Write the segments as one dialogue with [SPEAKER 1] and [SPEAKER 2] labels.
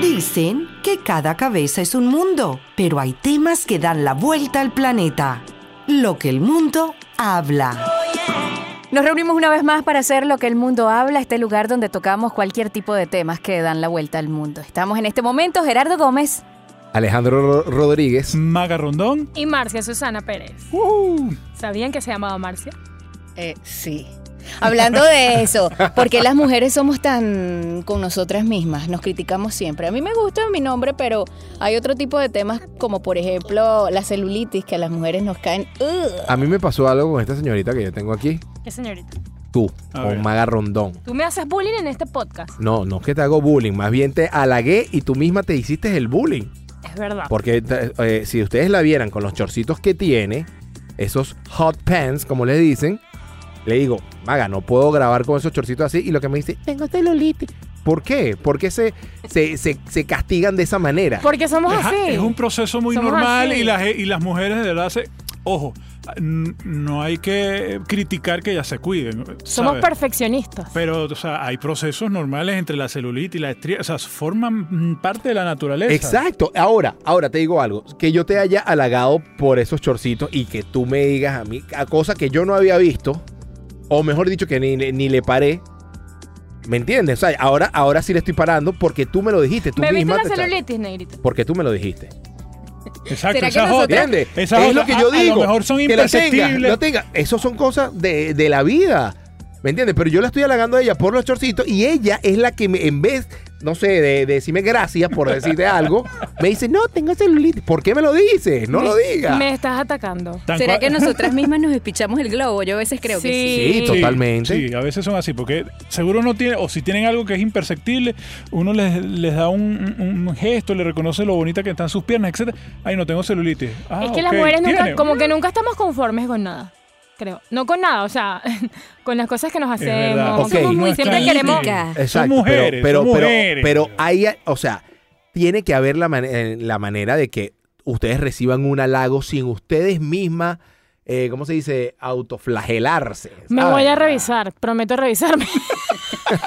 [SPEAKER 1] Dicen que cada cabeza es un mundo, pero hay temas que dan la vuelta al planeta. Lo que el mundo habla.
[SPEAKER 2] Nos reunimos una vez más para hacer lo que el mundo habla, este lugar donde tocamos cualquier tipo de temas que dan la vuelta al mundo. Estamos en este momento, Gerardo Gómez.
[SPEAKER 3] Alejandro Ro- Rodríguez.
[SPEAKER 4] Maga Rondón.
[SPEAKER 5] Y Marcia Susana Pérez. ¿Sabían que se llamaba Marcia?
[SPEAKER 2] Eh, sí. Hablando de eso, porque las mujeres somos tan con nosotras mismas, nos criticamos siempre. A mí me gusta mi nombre, pero hay otro tipo de temas como por ejemplo la celulitis que a las mujeres nos caen. ¡Ugh!
[SPEAKER 3] A mí me pasó algo con esta señorita que yo tengo aquí.
[SPEAKER 5] ¿Qué señorita?
[SPEAKER 3] Tú,
[SPEAKER 4] A
[SPEAKER 3] con
[SPEAKER 4] ver.
[SPEAKER 3] Maga Rondón.
[SPEAKER 5] Tú me haces bullying en este podcast.
[SPEAKER 3] No, no es que te hago bullying, más bien te halagué y tú misma te hiciste el bullying.
[SPEAKER 5] Es verdad.
[SPEAKER 3] Porque eh, si ustedes la vieran con los chorcitos que tiene, esos hot pants, como le dicen, le digo, Maga, no puedo grabar con esos chorcitos así. Y lo que me dice, tengo celulitis. ¿Por qué? ¿Por qué se, se, se, se castigan de esa manera?
[SPEAKER 5] Porque somos
[SPEAKER 4] Ajá,
[SPEAKER 5] así.
[SPEAKER 4] Es un proceso muy
[SPEAKER 5] Somos
[SPEAKER 4] normal
[SPEAKER 5] así.
[SPEAKER 4] y las, y las mujeres de verdad se... Ojo, n- no hay que criticar que ellas se cuiden.
[SPEAKER 5] Somos
[SPEAKER 4] ¿sabes?
[SPEAKER 5] perfeccionistas.
[SPEAKER 4] Pero, o sea, hay procesos normales entre la celulitis y la estría. O sea, forman mm, parte de la naturaleza.
[SPEAKER 3] Exacto. Ahora, ahora te digo algo. Que yo te haya halagado por esos chorcitos y que tú me digas a mí a cosa que yo no había visto, o mejor dicho, que ni, ni le paré. ¿Me entiendes? O sea, ahora, ahora sí le estoy parando porque tú me lo dijiste. Tú
[SPEAKER 5] ¿Me viste
[SPEAKER 3] misma
[SPEAKER 5] la
[SPEAKER 3] te echaste.
[SPEAKER 5] celulitis, negrito?
[SPEAKER 3] Porque tú me lo dijiste.
[SPEAKER 4] Exacto,
[SPEAKER 2] ¿Será que
[SPEAKER 4] esa es
[SPEAKER 2] nosotras-
[SPEAKER 4] otra.
[SPEAKER 3] ¿Entiendes?
[SPEAKER 4] Esa
[SPEAKER 3] es
[SPEAKER 4] otra.
[SPEAKER 3] lo que yo
[SPEAKER 4] A- a
[SPEAKER 3] digo.
[SPEAKER 4] lo mejor son
[SPEAKER 3] que lo tenga,
[SPEAKER 4] imperceptibles.
[SPEAKER 3] lo tenga. Eso son cosas de, de la vida. ¿Me entiendes? Pero yo la estoy halagando a ella por los chorcitos y ella es la que me- en vez, no sé, de, de decirme gracias por decirte algo, me dice, no, tengo celulitis. ¿Por qué me lo dices? No lo digas.
[SPEAKER 5] Me estás atacando.
[SPEAKER 4] Tan
[SPEAKER 2] ¿Será
[SPEAKER 4] cual-
[SPEAKER 2] que nosotras mismas nos espichamos el globo? Yo a veces creo que sí.
[SPEAKER 3] Sí,
[SPEAKER 4] Sí,
[SPEAKER 3] totalmente.
[SPEAKER 4] Sí, a veces son así, porque seguro no tiene, o si tienen algo que es imperceptible, uno les, les da un, un- un gesto, le reconoce lo bonita que están sus piernas, etcétera. Ay, no tengo celulitis. Ah,
[SPEAKER 5] es que las
[SPEAKER 4] ok,
[SPEAKER 5] mujeres nunca,
[SPEAKER 4] tiene.
[SPEAKER 5] como que nunca estamos conformes con nada. Creo. No con nada, o sea, con las cosas que nos
[SPEAKER 4] verdad.
[SPEAKER 5] hacemos.
[SPEAKER 3] Ok.
[SPEAKER 5] Somos muy,
[SPEAKER 4] No
[SPEAKER 5] siempre
[SPEAKER 4] están-
[SPEAKER 5] queremos.
[SPEAKER 4] Crítica.
[SPEAKER 3] Exacto.
[SPEAKER 4] Son mujeres,
[SPEAKER 3] pero,
[SPEAKER 4] son
[SPEAKER 3] pero,
[SPEAKER 4] mujeres.
[SPEAKER 3] Pero, ah, pero hay, o sea, tiene que haber la, man- eh, la manera de que ustedes reciban un halago sin ustedes mismas, eh, ¿cómo se dice? Autoflagelarse.
[SPEAKER 5] Me
[SPEAKER 3] ¿sabes?
[SPEAKER 5] voy a revisar, prometo revisarme.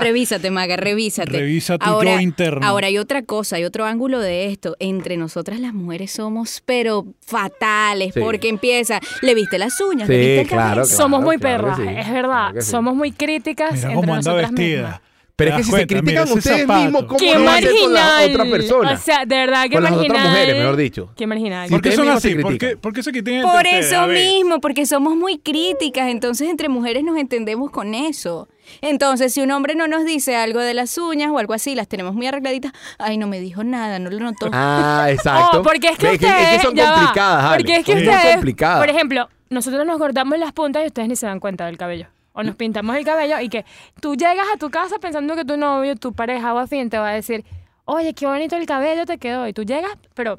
[SPEAKER 6] Revísate, Maga, revísate.
[SPEAKER 4] Revisa tu yo interno.
[SPEAKER 6] Ahora hay otra cosa, hay otro ángulo de esto. Entre nosotras las mujeres somos, pero fatales,
[SPEAKER 3] Sí.
[SPEAKER 6] porque empieza, le viste las uñas, le
[SPEAKER 3] Sí,
[SPEAKER 6] viste el
[SPEAKER 3] claro,
[SPEAKER 6] cabello.
[SPEAKER 3] claro.
[SPEAKER 5] Somos muy
[SPEAKER 3] claro que
[SPEAKER 5] perras,
[SPEAKER 3] sí,
[SPEAKER 5] es verdad.
[SPEAKER 3] claro que sí.
[SPEAKER 5] Somos muy críticas
[SPEAKER 4] Mira
[SPEAKER 5] entre
[SPEAKER 4] cómo anda
[SPEAKER 5] nosotras
[SPEAKER 4] vestida.
[SPEAKER 5] mismas.
[SPEAKER 3] Pero
[SPEAKER 4] ¿Te
[SPEAKER 3] es que
[SPEAKER 4] das
[SPEAKER 3] si se
[SPEAKER 4] cuenta? Mira
[SPEAKER 3] critican
[SPEAKER 4] ese
[SPEAKER 3] ustedes
[SPEAKER 4] zapato.
[SPEAKER 3] mismos, ¿cómo
[SPEAKER 5] Qué
[SPEAKER 3] lo van a hacer con la
[SPEAKER 5] marginal.
[SPEAKER 3] otra persona?
[SPEAKER 5] O sea, de verdad que
[SPEAKER 3] con las
[SPEAKER 5] marginal.
[SPEAKER 3] otras mujeres, mejor dicho.
[SPEAKER 5] Qué marginal. Oh,
[SPEAKER 3] Sí,
[SPEAKER 4] ¿Por qué
[SPEAKER 3] ustedes
[SPEAKER 4] son
[SPEAKER 3] mismos
[SPEAKER 4] así?
[SPEAKER 3] se
[SPEAKER 4] ¿Por
[SPEAKER 3] critican.
[SPEAKER 4] qué, por qué se critican entre
[SPEAKER 6] Por
[SPEAKER 4] ustedes? A
[SPEAKER 6] eso
[SPEAKER 4] ver.
[SPEAKER 6] mismo, porque somos muy críticas, entonces entre mujeres nos entendemos con eso. Entonces, si un hombre no nos dice algo de las uñas o algo así, las tenemos muy arregladitas, ay, no me dijo nada, no lo notó.
[SPEAKER 3] Ah, exacto.
[SPEAKER 5] Oh, porque es que
[SPEAKER 3] Ve
[SPEAKER 5] ustedes.
[SPEAKER 3] son
[SPEAKER 5] ya va.
[SPEAKER 3] complicadas, Ale,
[SPEAKER 5] Porque es que
[SPEAKER 3] son muy
[SPEAKER 5] ustedes.
[SPEAKER 3] complicadas.
[SPEAKER 5] Por ejemplo, nosotros nos cortamos las puntas y ustedes ni se dan cuenta del cabello. O nos pintamos el cabello y que tú llegas a tu casa pensando que tu novio, tu pareja o afín te va a decir, oye, qué bonito el cabello te quedó. Y tú llegas, pero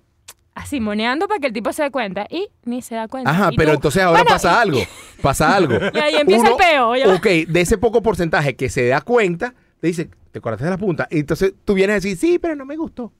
[SPEAKER 5] así, moneando para que el tipo se dé cuenta. Y ni se da cuenta.
[SPEAKER 3] Ajá,
[SPEAKER 5] Y
[SPEAKER 3] pero
[SPEAKER 5] tú,
[SPEAKER 3] entonces ahora
[SPEAKER 5] bueno,
[SPEAKER 3] pasa algo. Pasa algo.
[SPEAKER 5] Y ahí empieza el peo, ya va.
[SPEAKER 3] Ok, de ese poco porcentaje que se da cuenta, te dice, te cortaste de la punta. Y entonces tú vienes a decir, sí, pero no me gustó.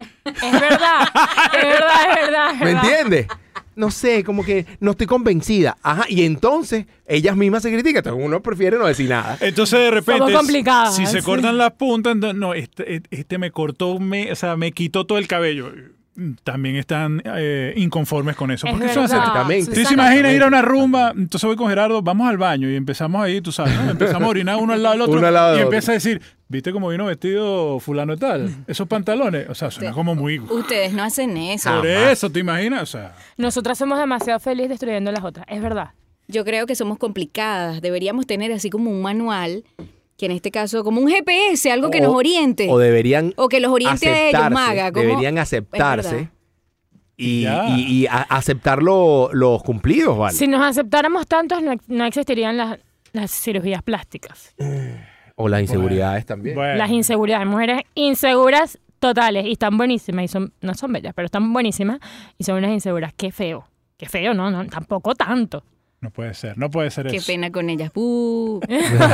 [SPEAKER 5] Es verdad, es verdad, es verdad. es
[SPEAKER 3] ¿Me
[SPEAKER 5] verdad.
[SPEAKER 3] entiendes? No sé, como que no estoy convencida. Ajá, y entonces ellas mismas se critican. Entonces uno prefiere no decir nada.
[SPEAKER 4] Entonces de repente,
[SPEAKER 5] Somos complicadas,
[SPEAKER 4] si se
[SPEAKER 5] sí.
[SPEAKER 4] cortan las puntas, no, no, este, este me cortó, me, o sea, me quitó todo el cabello. Mm, También están eh, inconformes con eso.
[SPEAKER 5] Es
[SPEAKER 4] Porque eso es
[SPEAKER 5] verdad.
[SPEAKER 4] así.
[SPEAKER 3] Exactamente.
[SPEAKER 4] ¿Tú se imaginas ir a una rumba? Entonces voy con Gerardo, vamos al baño y empezamos ahí, tú sabes, ¿no? empezamos a orinar uno al lado del otro
[SPEAKER 3] Uno al lado
[SPEAKER 4] y
[SPEAKER 3] del
[SPEAKER 4] empieza a decir, ¿viste cómo vino vestido fulano de tal? Esos pantalones, o sea, suena como muy...
[SPEAKER 6] Ustedes no hacen eso.
[SPEAKER 4] Por
[SPEAKER 3] jamás.
[SPEAKER 4] eso, ¿te imaginas? O sea,
[SPEAKER 5] Nosotras somos demasiado felices destruyendo las otras, es verdad.
[SPEAKER 6] Yo creo que somos complicadas. Deberíamos tener así como un manual, que en este caso, como un GPS, algo que
[SPEAKER 3] O-
[SPEAKER 6] nos oriente.
[SPEAKER 3] O deberían
[SPEAKER 6] O que los oriente a ellos,
[SPEAKER 3] aceptarse,
[SPEAKER 6] maga. como-
[SPEAKER 3] Deberían
[SPEAKER 6] Es
[SPEAKER 3] aceptarse
[SPEAKER 6] verdad.
[SPEAKER 3] y,
[SPEAKER 4] Ya.
[SPEAKER 3] y- y a- aceptar lo- los cumplidos, ¿vale?
[SPEAKER 5] Si nos aceptáramos tantos, no, no existirían las, las cirugías plásticas,
[SPEAKER 3] O las inseguridades también.
[SPEAKER 4] bueno.
[SPEAKER 5] las inseguridades. Mujeres inseguras totales y están buenísimas, y son, no son bellas, pero están buenísimas y son unas inseguras. Qué feo, qué feo, no, no tampoco tanto.
[SPEAKER 4] No puede ser, no puede ser
[SPEAKER 6] Qué
[SPEAKER 4] eso.
[SPEAKER 6] pena con ellas. Uh,
[SPEAKER 4] Son
[SPEAKER 5] Pero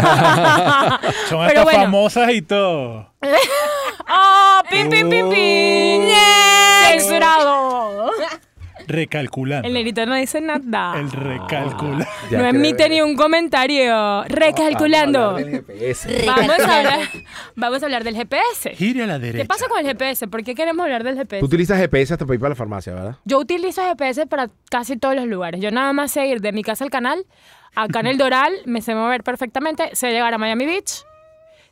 [SPEAKER 4] hasta
[SPEAKER 5] bueno. Ah,
[SPEAKER 4] famosas y todo.
[SPEAKER 5] ¡Oh! ¡Pim, pim, pim, pim! ¡Censurado!
[SPEAKER 4] recalculando.
[SPEAKER 5] El negrito no dice nada.
[SPEAKER 4] El recalcula.
[SPEAKER 3] Ya creo-
[SPEAKER 5] no emite ni un comentario. Recalculando.
[SPEAKER 3] Vamos a hablar del GPS.
[SPEAKER 5] Vamos a hablar, vamos a hablar del GPS.
[SPEAKER 4] Gire a la derecha.
[SPEAKER 5] ¿Qué pasa con el GPS? ¿Por qué queremos hablar del
[SPEAKER 3] Tú
[SPEAKER 5] GPS?
[SPEAKER 3] utilizas GPS hasta para ir para la farmacia, ¿verdad?
[SPEAKER 5] Yo utilizo GPS para casi todos los lugares. Yo nada más sé ir de mi casa al canal, acá en el Doral, me sé mover perfectamente, sé llegar a Miami Beach,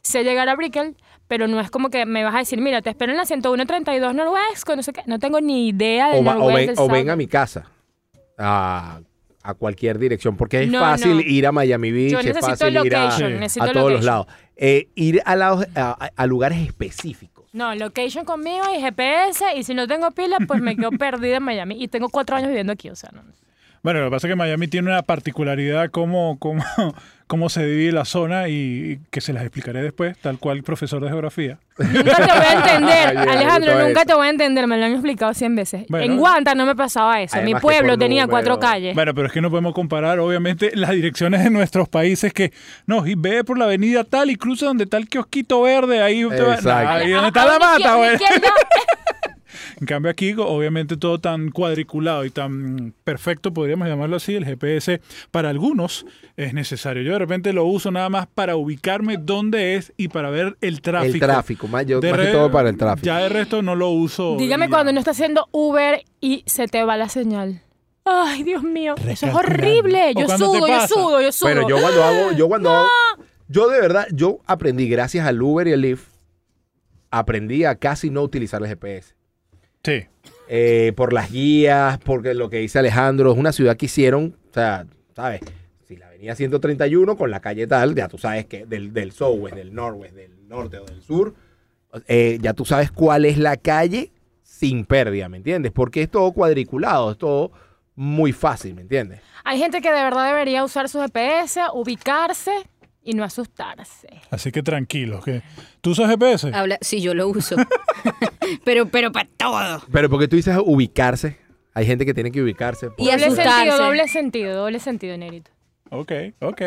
[SPEAKER 5] sé llegar a Brickell, pero no es como que me vas a decir, mira, te espero en la 10132 Norwest, con no sé qué. No tengo ni idea de
[SPEAKER 3] O, va- o
[SPEAKER 5] Norwest,
[SPEAKER 3] ven,
[SPEAKER 5] del
[SPEAKER 3] o ven
[SPEAKER 5] South.
[SPEAKER 3] a mi casa. A, a cualquier dirección. Porque es
[SPEAKER 5] No,
[SPEAKER 3] fácil
[SPEAKER 5] no.
[SPEAKER 3] ir a Miami Beach,
[SPEAKER 5] Yo
[SPEAKER 3] es
[SPEAKER 5] necesito
[SPEAKER 3] fácil ir a,
[SPEAKER 5] location,
[SPEAKER 4] Sí.
[SPEAKER 5] necesito
[SPEAKER 3] a todos los lados.
[SPEAKER 5] location.
[SPEAKER 3] Eh, ir a, lados- a- a lugares específicos.
[SPEAKER 5] No, location conmigo y GPS, y si no tengo pila, pues me quedo perdida en Miami. Y tengo cuatro años viviendo aquí, o sea, no.
[SPEAKER 4] Bueno, lo que pasa es que Miami tiene una particularidad como, como, como se divide la zona y que se las explicaré después, tal cual profesor de geografía.
[SPEAKER 5] Nunca te voy a entender,
[SPEAKER 3] Ay,
[SPEAKER 5] Alejandro,
[SPEAKER 3] todo
[SPEAKER 5] nunca
[SPEAKER 3] eso.
[SPEAKER 5] te voy a entender, me lo han explicado 100 veces.
[SPEAKER 4] Bueno.
[SPEAKER 5] en Guanta no me pasaba eso, mi
[SPEAKER 3] Además que
[SPEAKER 5] pueblo
[SPEAKER 3] por
[SPEAKER 5] tenía cuatro
[SPEAKER 3] número-
[SPEAKER 5] calles.
[SPEAKER 4] Bueno, pero es que no podemos comparar, obviamente, las direcciones de nuestros países que, no, y ve por la avenida tal y cruza donde está el kiosquito verde, ahí, usted va-
[SPEAKER 3] Exacto.
[SPEAKER 4] ahí
[SPEAKER 5] Ah,
[SPEAKER 4] donde está la mata, güey. En cambio aquí, obviamente, todo tan cuadriculado y tan perfecto, podríamos llamarlo así, el GPS para algunos es necesario. Yo de repente lo uso nada más para ubicarme dónde es y para ver el tráfico.
[SPEAKER 3] El tráfico, más, yo,
[SPEAKER 4] De
[SPEAKER 3] más
[SPEAKER 4] re-
[SPEAKER 3] que todo para el tráfico.
[SPEAKER 4] Ya de resto no lo uso.
[SPEAKER 5] Dígame
[SPEAKER 4] y ya.
[SPEAKER 5] cuando no está haciendo Uber y se te va la señal. Ay, Dios mío, eso es
[SPEAKER 4] Recalculando.
[SPEAKER 5] horrible.
[SPEAKER 4] ¿O
[SPEAKER 5] Yo
[SPEAKER 4] cuando te
[SPEAKER 5] sudo, yo
[SPEAKER 4] pasa?
[SPEAKER 5] sudo, yo sudo.
[SPEAKER 3] Bueno, yo cuando hago, yo cuando hago- yo de verdad, yo aprendí gracias al Uber y al Lyft, aprendí a casi no utilizar el GPS.
[SPEAKER 4] Sí.
[SPEAKER 3] Eh, por las guías, porque lo que dice Alejandro, es una ciudad que hicieron, o sea, ¿sabes? Si la avenida 131 con la calle tal, ya tú sabes que del, del southwest, del norwest, del norte o del sur, eh, ya tú sabes cuál es la calle sin pérdida, ¿me entiendes? Porque es todo cuadriculado, es todo muy fácil, ¿me entiendes?
[SPEAKER 5] Hay gente que de verdad debería usar su GPS, ubicarse y no asustarse.
[SPEAKER 4] Así que tranquilos. Que... ¿Tú usas GPS?
[SPEAKER 5] Ah.
[SPEAKER 6] Habla, sí, yo lo uso. pero, pero para todo.
[SPEAKER 3] Pero porque tú dices ubicarse. Hay gente que tiene que ubicarse. por-
[SPEAKER 6] Y
[SPEAKER 5] Doble sentido,
[SPEAKER 6] asustarse.
[SPEAKER 5] doble sentido, doble sentido, Nerito.
[SPEAKER 4] Ok, ok.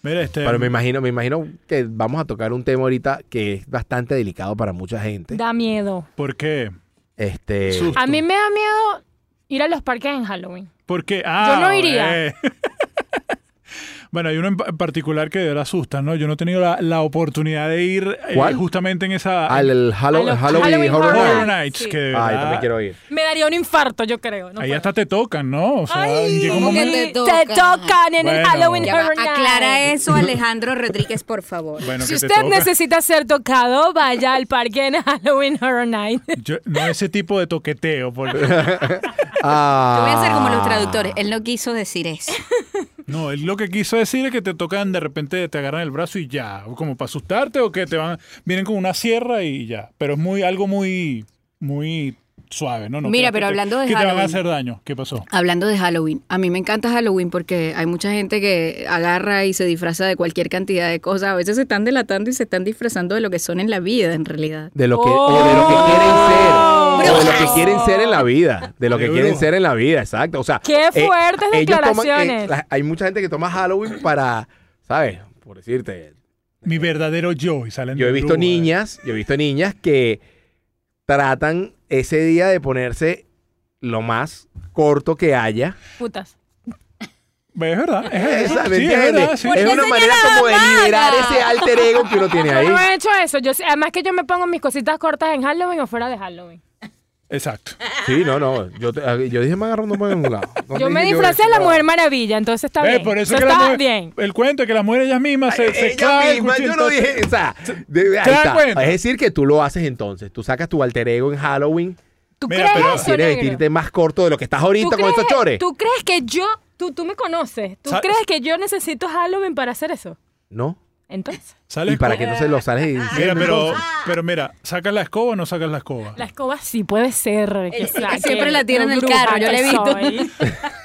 [SPEAKER 4] Mira, este...
[SPEAKER 3] Pero me imagino, me imagino que vamos a tocar un tema ahorita que es bastante delicado para mucha gente.
[SPEAKER 5] Da miedo.
[SPEAKER 4] ¿Por qué?
[SPEAKER 3] Este,
[SPEAKER 4] Sus-
[SPEAKER 5] A mí me da miedo ir a los parques en Halloween.
[SPEAKER 4] ¿Por qué? Ah,
[SPEAKER 5] Yo no iría.
[SPEAKER 4] eh. Bueno, hay uno en pa- en particular que de verdad asusta, ¿no? Yo no he tenido la, la oportunidad de ir eh,
[SPEAKER 3] ¿Cuál?
[SPEAKER 4] justamente en esa
[SPEAKER 3] al el Hallow-
[SPEAKER 5] A los-
[SPEAKER 3] Halloween,
[SPEAKER 5] Halloween
[SPEAKER 3] Horror
[SPEAKER 5] Horror
[SPEAKER 4] Horror
[SPEAKER 3] Nights.
[SPEAKER 4] Nights,
[SPEAKER 5] Sí.
[SPEAKER 4] que de
[SPEAKER 3] Ay,
[SPEAKER 4] verdad-
[SPEAKER 3] también quiero ir.
[SPEAKER 5] Me daría un infarto, yo creo. No
[SPEAKER 4] Ahí
[SPEAKER 5] puedo.
[SPEAKER 4] hasta te tocan, ¿no? O sea,
[SPEAKER 5] Ay,
[SPEAKER 4] llega un
[SPEAKER 6] ¿cómo
[SPEAKER 4] momento-
[SPEAKER 6] que
[SPEAKER 5] te
[SPEAKER 6] te
[SPEAKER 5] tocan,
[SPEAKER 6] tocan?
[SPEAKER 5] en el
[SPEAKER 4] Bueno.
[SPEAKER 5] Halloween
[SPEAKER 6] Ya va,
[SPEAKER 5] Horror Night.
[SPEAKER 6] aclara eso, Alejandro Rodríguez, por favor.
[SPEAKER 4] Bueno,
[SPEAKER 5] Si
[SPEAKER 4] que te
[SPEAKER 5] usted
[SPEAKER 4] tocan.
[SPEAKER 5] necesita ser tocado, vaya al parque en Halloween Horror Night.
[SPEAKER 4] Yo- no ese tipo de toqueteo, porque
[SPEAKER 3] Ah.
[SPEAKER 6] Yo voy a ser como los traductores. Él no quiso decir eso.
[SPEAKER 4] no, él lo que quiso decir es que te tocan de repente, te agarran el brazo y ya, o como para asustarte o que te van, vienen con una sierra y ya, pero es muy algo muy, muy suave, ¿no? No
[SPEAKER 6] Mira,
[SPEAKER 4] creas
[SPEAKER 6] pero
[SPEAKER 4] que te-
[SPEAKER 6] hablando de
[SPEAKER 4] que te van a
[SPEAKER 6] Halloween.
[SPEAKER 4] hacer daño, ¿qué pasó?
[SPEAKER 6] Hablando de Halloween, a mí me encanta Halloween porque hay mucha gente que agarra y se disfraza de cualquier cantidad de cosas. A veces se están delatando y se están disfrazando de lo que son en la vida, en realidad.
[SPEAKER 3] De lo que, o de lo
[SPEAKER 5] Oh.
[SPEAKER 6] Oh.
[SPEAKER 3] que quieren ser. O de lo que quieren ser en la vida. De lo que
[SPEAKER 4] De
[SPEAKER 3] quieren
[SPEAKER 4] bruja.
[SPEAKER 3] ser en la vida, exacto. O sea,
[SPEAKER 5] ¡Qué fuertes
[SPEAKER 3] ellos toman, eh,
[SPEAKER 5] declaraciones!
[SPEAKER 3] la- hay mucha gente que toma Halloween para, ¿sabes? Por decirte,
[SPEAKER 4] Mi verdadero yo y salen
[SPEAKER 3] Yo he
[SPEAKER 4] de
[SPEAKER 3] visto
[SPEAKER 4] brujas.
[SPEAKER 3] niñas, yo he visto niñas que tratan ese día de ponerse lo más corto que haya.
[SPEAKER 5] Putas.
[SPEAKER 4] Es verdad, es, es-
[SPEAKER 3] Esa, ¿me
[SPEAKER 4] sí, es
[SPEAKER 3] entiendes?
[SPEAKER 4] verdad, sí.
[SPEAKER 3] Es una manera como de liberar ese alter ego que uno tiene
[SPEAKER 5] Ah, Yo
[SPEAKER 3] ahí.
[SPEAKER 5] no he hecho eso. Yo, además que yo me pongo mis cositas cortas en Halloween o fuera de Halloween.
[SPEAKER 4] Exacto.
[SPEAKER 3] Sí, no, no. Yo, te- ah, yo dije, me agarró un en un lado. No
[SPEAKER 5] Yo me
[SPEAKER 3] dije
[SPEAKER 5] disfracé de la
[SPEAKER 3] no.
[SPEAKER 5] Mujer Maravilla, entonces está
[SPEAKER 4] Eh,
[SPEAKER 5] bien.
[SPEAKER 4] por eso
[SPEAKER 5] Eso
[SPEAKER 4] que la
[SPEAKER 5] está
[SPEAKER 4] mujer-
[SPEAKER 5] bien.
[SPEAKER 4] el cuento es que las mujeres ellas mismas se, se
[SPEAKER 3] Ella
[SPEAKER 4] clavan el
[SPEAKER 3] misma,
[SPEAKER 4] cuchillo,
[SPEAKER 3] yo no
[SPEAKER 4] entonces-
[SPEAKER 3] dije, o sea, de- ahí
[SPEAKER 4] das
[SPEAKER 3] está.
[SPEAKER 4] cuenta?
[SPEAKER 3] es decir que tú lo haces entonces, tú sacas tu alter ego en Halloween,
[SPEAKER 5] ¿Tú
[SPEAKER 4] Mira,
[SPEAKER 5] crees
[SPEAKER 4] pero-
[SPEAKER 5] eso,
[SPEAKER 3] quieres
[SPEAKER 5] negro?
[SPEAKER 3] vestirte más corto de lo que estás ahorita
[SPEAKER 5] ¿Tú
[SPEAKER 3] con estos
[SPEAKER 5] crees-
[SPEAKER 3] chores.
[SPEAKER 5] ¿Tú crees que yo, tú, tú me conoces, tú
[SPEAKER 4] Sa-
[SPEAKER 5] crees que yo necesito Halloween para hacer eso?
[SPEAKER 3] No,
[SPEAKER 5] Entonces,
[SPEAKER 4] Sales
[SPEAKER 3] y para
[SPEAKER 4] con-
[SPEAKER 3] que no se lo sales y
[SPEAKER 4] Mira, pero, pero mira, ¿sacas la escoba o no sacas la escoba?
[SPEAKER 5] la escoba sí puede ser. que
[SPEAKER 6] Él sí-
[SPEAKER 5] sea,
[SPEAKER 6] él siempre
[SPEAKER 5] que-
[SPEAKER 6] la tira en
[SPEAKER 5] que
[SPEAKER 6] el
[SPEAKER 5] bruja
[SPEAKER 6] carro, yo la he
[SPEAKER 5] que
[SPEAKER 6] visto.
[SPEAKER 5] soy.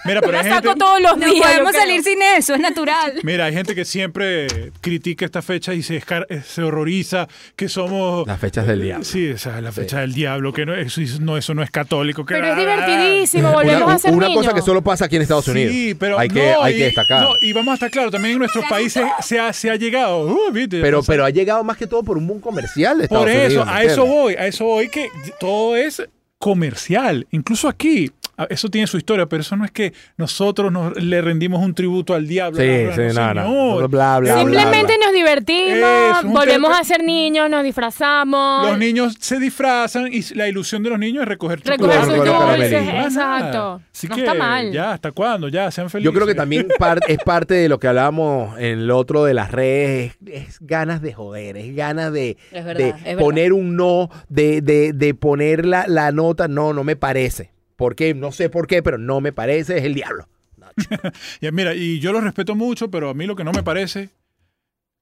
[SPEAKER 4] Mira, pero
[SPEAKER 5] La
[SPEAKER 4] hay gente,
[SPEAKER 5] saco todos los
[SPEAKER 6] No
[SPEAKER 5] días. yo
[SPEAKER 6] podemos
[SPEAKER 5] creo.
[SPEAKER 6] salir sin eso, es natural.
[SPEAKER 4] mira, hay gente que siempre critica esta fecha y se, escar- eh, se horroriza que somos...
[SPEAKER 3] las fechas del día.
[SPEAKER 4] Sí, esa es la fecha del diablo, que no eso, es- no, eso no es católico. Que
[SPEAKER 5] Pero es
[SPEAKER 4] la- la- la-
[SPEAKER 5] divertidísimo, volvemos
[SPEAKER 3] una,
[SPEAKER 5] a ser
[SPEAKER 3] una
[SPEAKER 5] niños.
[SPEAKER 3] cosa que solo pasa aquí en Estados Unidos.
[SPEAKER 4] Sí, pero
[SPEAKER 3] hay que,
[SPEAKER 4] no,
[SPEAKER 3] hay
[SPEAKER 4] y-
[SPEAKER 3] que destacar.
[SPEAKER 4] no, y vamos a estar claro, también en nuestros países se ha, se ha llegado. uh, ¿viste?
[SPEAKER 3] pero,
[SPEAKER 4] O sea,
[SPEAKER 3] pero ha llegado más que todo por un boom comercial de Estados
[SPEAKER 4] Por eso,
[SPEAKER 3] Unidos. ¿me
[SPEAKER 4] a eso
[SPEAKER 3] entiendes?
[SPEAKER 4] voy, a eso voy que todo es comercial, incluso aquí. ah, eso tiene su historia, pero eso no es que nosotros nos, le rendimos un tributo al diablo.
[SPEAKER 3] Sí,
[SPEAKER 4] bla, bla,
[SPEAKER 3] sí, no,
[SPEAKER 4] no,
[SPEAKER 3] no.
[SPEAKER 4] señor.
[SPEAKER 3] Bla, bla, bla,
[SPEAKER 5] Simplemente
[SPEAKER 3] bla.
[SPEAKER 5] nos
[SPEAKER 4] Eso,
[SPEAKER 5] divertimos,
[SPEAKER 4] un
[SPEAKER 5] volvemos
[SPEAKER 4] tema-
[SPEAKER 5] a ser niños, nos disfrazamos.
[SPEAKER 4] Los niños se disfrazan y la ilusión de los niños es recoger
[SPEAKER 5] Recoger
[SPEAKER 3] sus
[SPEAKER 4] Claro,
[SPEAKER 3] dulces,
[SPEAKER 4] claro, claro.
[SPEAKER 5] exacto.
[SPEAKER 4] Así
[SPEAKER 5] No
[SPEAKER 4] que,
[SPEAKER 5] está mal.
[SPEAKER 4] Ya, ¿hasta cuándo? Ya, sean felices.
[SPEAKER 3] Yo creo que también par- es parte de lo que hablábamos en el otro de las redes, es, es ganas de joder, es ganas de,
[SPEAKER 6] Es verdad,
[SPEAKER 3] de
[SPEAKER 6] es verdad.
[SPEAKER 3] poner un no, de, de- de poner la, la nota, no, no me parece. ¿Por qué? No sé por qué, pero no me parece, es el diablo.
[SPEAKER 4] Ya, mira, y yo los respeto mucho, pero a mí lo que no me parece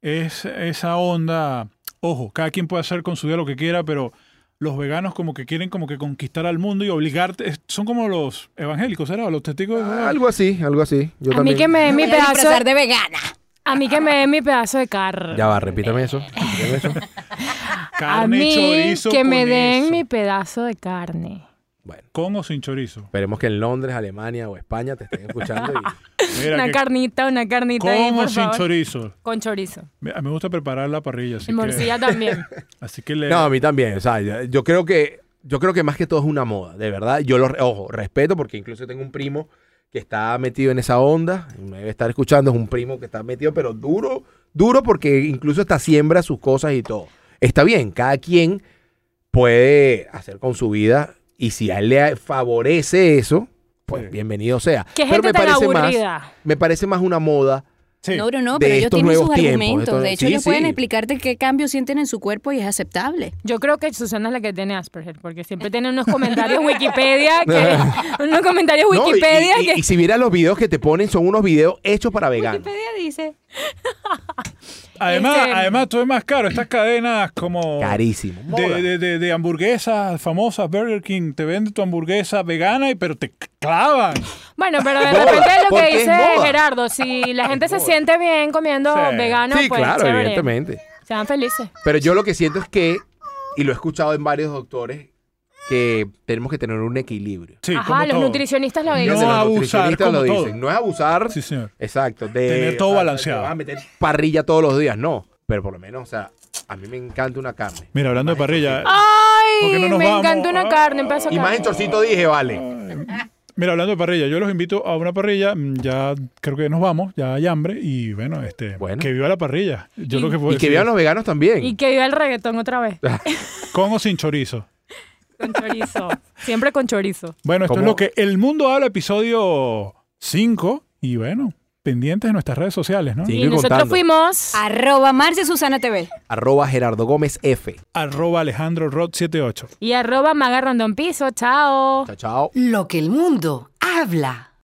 [SPEAKER 4] es esa onda. Ojo, cada quien puede hacer con su día lo que quiera, pero los veganos como que quieren como que conquistar al mundo y obligarte. es- Son como los evangélicos, ¿era? O Los testigos. de Jehová.
[SPEAKER 3] Ah, Algo así, algo así. Yo
[SPEAKER 5] a mí
[SPEAKER 3] también.
[SPEAKER 5] que me den mi
[SPEAKER 6] voy a
[SPEAKER 5] pedazo,
[SPEAKER 6] disfrazar de vegana.
[SPEAKER 5] a mí que me den mi pedazo de carne.
[SPEAKER 3] Ya va, repítame eso. repítame eso.
[SPEAKER 5] Ah, a
[SPEAKER 4] Carne,
[SPEAKER 5] mí
[SPEAKER 4] chorizo.
[SPEAKER 5] que me
[SPEAKER 4] con
[SPEAKER 5] den
[SPEAKER 4] eso.
[SPEAKER 5] mi pedazo de carne.
[SPEAKER 3] Bueno,
[SPEAKER 4] Con o sin chorizo.
[SPEAKER 3] esperemos que en Londres, Alemania o España te estén escuchando. y-
[SPEAKER 4] Mira,
[SPEAKER 5] una
[SPEAKER 4] que
[SPEAKER 5] carnita, una carnita
[SPEAKER 4] con
[SPEAKER 5] ahí,
[SPEAKER 4] o
[SPEAKER 5] por
[SPEAKER 4] sin
[SPEAKER 5] favor.
[SPEAKER 4] chorizo.
[SPEAKER 5] Con chorizo.
[SPEAKER 4] Mira, Me gusta preparar la parrilla, así
[SPEAKER 5] Y morcilla
[SPEAKER 4] que,
[SPEAKER 5] también.
[SPEAKER 4] así que le...
[SPEAKER 3] No, a mí también. O sea, yo, yo creo que yo creo que más que todo es una moda, de verdad. Yo lo, re- ojo, respeto porque incluso tengo un primo que está metido en esa onda. Me debe estar escuchando, es un primo que está metido, pero duro, duro porque incluso hasta siembra sus cosas y todo. Está bien, cada quien puede hacer con su vida y si a él le favorece eso, pues
[SPEAKER 4] Sí.
[SPEAKER 3] bienvenido sea.
[SPEAKER 5] Qué
[SPEAKER 3] Pero
[SPEAKER 5] gente
[SPEAKER 3] me
[SPEAKER 5] tan
[SPEAKER 3] parece más,
[SPEAKER 5] aburrida.
[SPEAKER 3] me parece más una moda.
[SPEAKER 4] Sí.
[SPEAKER 6] No, no, no,
[SPEAKER 3] de
[SPEAKER 6] pero ellos
[SPEAKER 3] estos
[SPEAKER 6] tienen sus
[SPEAKER 3] nuevos tiempos,
[SPEAKER 6] argumentos.
[SPEAKER 3] estos-
[SPEAKER 6] de hecho,
[SPEAKER 3] sí,
[SPEAKER 6] ellos pueden
[SPEAKER 3] sí.
[SPEAKER 6] explicarte qué cambios sienten en su cuerpo y es aceptable.
[SPEAKER 5] Yo creo que Susana es la que tiene Asperger, porque siempre tiene unos comentarios Wikipedia, que, unos comentarios
[SPEAKER 3] No, y-
[SPEAKER 5] Wikipedia
[SPEAKER 3] y, y-
[SPEAKER 5] que...
[SPEAKER 3] y si vieras los videos que te ponen, son unos videos hechos para veganos.
[SPEAKER 6] Wikipedia dice.
[SPEAKER 4] Además,
[SPEAKER 5] Este-
[SPEAKER 4] además, todo es más caro. Estas cadenas como...
[SPEAKER 3] Carísimo. Moda.
[SPEAKER 4] De, de- de- de hamburguesas famosas, Burger King, te vende tu hamburguesa vegana, y pero te clavan.
[SPEAKER 5] Bueno, pero de
[SPEAKER 3] Moda,
[SPEAKER 5] repente lo
[SPEAKER 3] porque
[SPEAKER 5] que
[SPEAKER 3] es
[SPEAKER 5] dice
[SPEAKER 3] moda.
[SPEAKER 5] Gerardo, si la gente se siente bien comiendo
[SPEAKER 4] Sí.
[SPEAKER 5] vegano,
[SPEAKER 3] sí,
[SPEAKER 5] pues
[SPEAKER 3] claro,
[SPEAKER 5] chévere.
[SPEAKER 3] evidentemente.
[SPEAKER 5] Sean felices.
[SPEAKER 3] Pero yo lo que siento es que, y lo he escuchado en varios doctores, que tenemos que tener un equilibrio.
[SPEAKER 4] Sí, como
[SPEAKER 5] Ajá, los
[SPEAKER 4] todo.
[SPEAKER 5] nutricionistas lo
[SPEAKER 4] No
[SPEAKER 5] dicen.
[SPEAKER 3] Fíjense, los
[SPEAKER 4] abusar,
[SPEAKER 3] nutricionistas
[SPEAKER 4] como
[SPEAKER 3] lo
[SPEAKER 4] todo.
[SPEAKER 3] dicen. No es abusar.
[SPEAKER 4] Sí, señor.
[SPEAKER 3] Exacto. De,
[SPEAKER 4] Tener todo
[SPEAKER 3] o sea,
[SPEAKER 4] balanceado.
[SPEAKER 3] te vas a meter parrilla todos los días, no. Pero por lo menos, o sea, a mí me encanta una carne.
[SPEAKER 4] Mira, hablando de parrilla,
[SPEAKER 3] Ah.
[SPEAKER 4] ¿Por qué
[SPEAKER 5] ¡Ay!
[SPEAKER 4] no nos
[SPEAKER 5] me
[SPEAKER 4] vamos?
[SPEAKER 5] encantó una carne, un pedazo de
[SPEAKER 3] Y más en
[SPEAKER 5] carne.
[SPEAKER 3] chorcito dije, vale.
[SPEAKER 4] mira, hablando de parrilla, yo los invito a una parrilla, mm, ya creo que nos vamos, ya hay hambre y bueno, este,
[SPEAKER 3] Bueno.
[SPEAKER 4] que viva la parrilla. Yo
[SPEAKER 5] Y-
[SPEAKER 4] lo que puedo
[SPEAKER 3] Y que
[SPEAKER 4] decir
[SPEAKER 3] vean
[SPEAKER 4] es,
[SPEAKER 3] los veganos también.
[SPEAKER 5] Y que viva el reggaetón otra vez.
[SPEAKER 4] con o sin chorizo.
[SPEAKER 5] Con chorizo. Siempre con chorizo.
[SPEAKER 4] Bueno, esto
[SPEAKER 3] ¿Cómo?
[SPEAKER 4] es lo que El Mundo Habla, episodio 5 y bueno, pendientes de nuestras redes sociales, ¿no?
[SPEAKER 3] Sí.
[SPEAKER 5] Y
[SPEAKER 3] Sigue
[SPEAKER 5] nosotros
[SPEAKER 3] contando.
[SPEAKER 5] fuimos...
[SPEAKER 6] Arroba Marcia Susana TV.
[SPEAKER 3] Arroba Gerardo Gómez F.
[SPEAKER 4] Arroba Alejandro Rod 78.
[SPEAKER 5] Y arroba Maga Rondón Piso. Chao.
[SPEAKER 3] Chao, chao.
[SPEAKER 1] Lo que el mundo habla.